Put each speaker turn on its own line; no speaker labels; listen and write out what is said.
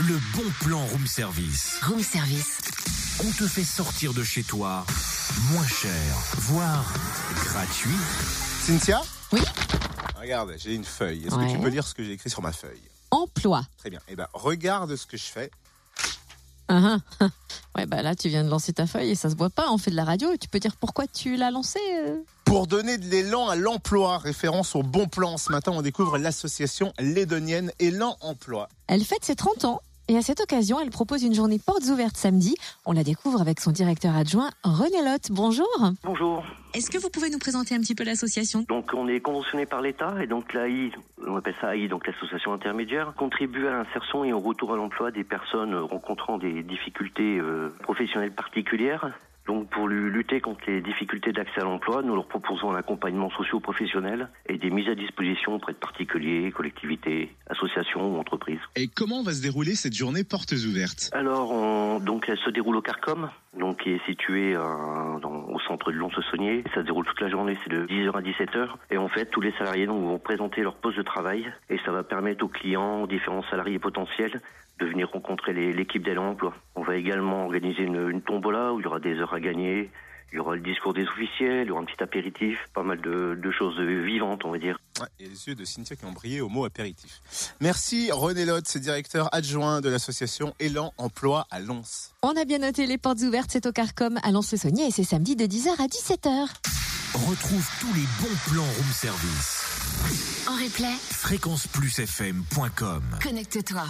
Le bon plan room service.
Room service.
On te fait sortir de chez toi moins cher, voire gratuit.
Cynthia
Oui.
Regarde, j'ai une feuille. Est-ce
Ouais.
que tu peux lire ce que j'ai écrit sur ma feuille
Emploi.
Très bien. Eh ben, regarde ce que je fais.
Ah, ah. Ouais, bah là, tu viens de lancer ta feuille et ça se voit pas. On fait de la radio et tu peux dire pourquoi tu l'as lancée. euh
Pour donner de l'élan à l'emploi, référence au bon plan, ce matin, on découvre l'association Lédonienne Élan Emploi.
Elle fête ses 30 ans. Et à cette occasion, elle propose une journée portes ouvertes samedi. On la découvre avec son directeur adjoint, René Lotte. Bonjour.
Bonjour.
Est-ce que vous pouvez nous présenter un petit peu l'association
Donc on est conventionné par l'État et donc l'AI, on appelle ça AI, donc l'association intermédiaire, contribue à l'insertion et au retour à l'emploi des personnes rencontrant des difficultés euh, professionnelles particulières. Donc pour lu- lutter contre les difficultés d'accès à l'emploi, nous leur proposons un accompagnement socio-professionnel et des mises à disposition auprès de particuliers, collectivités, associations ou entreprises.
Et comment va se dérouler cette journée portes ouvertes
Alors, on- donc, elle se déroule au Carcom, donc qui est situé euh, dans- au centre de Lons-Saunier. Ça se déroule toute la journée, c'est de 10h à 17h. Et en fait, tous les salariés donc, vont présenter leur poste de travail et ça va permettre aux clients, aux différents salariés potentiels de venir rencontrer les- l'équipe d'Élan Emploi. On va également organiser une, une tombola où il y aura des heures à gagner, il y aura le discours des officiels, il y aura un petit apéritif, pas mal de- de choses vivantes, on va dire.
Ouais, et les yeux de Cynthia qui ont brillé au mot apéritif. Merci René Lotte, c'est directeur adjoint de l'association Élan Emploi à Lons.
On a bien noté les portes ouvertes, c'est au Carcom à Lens-le-Saunier et c'est samedi de 10h à 17h.
Retrouve tous les bons plans room service.
En replay,
fréquenceplusfm.com
connecte-toi.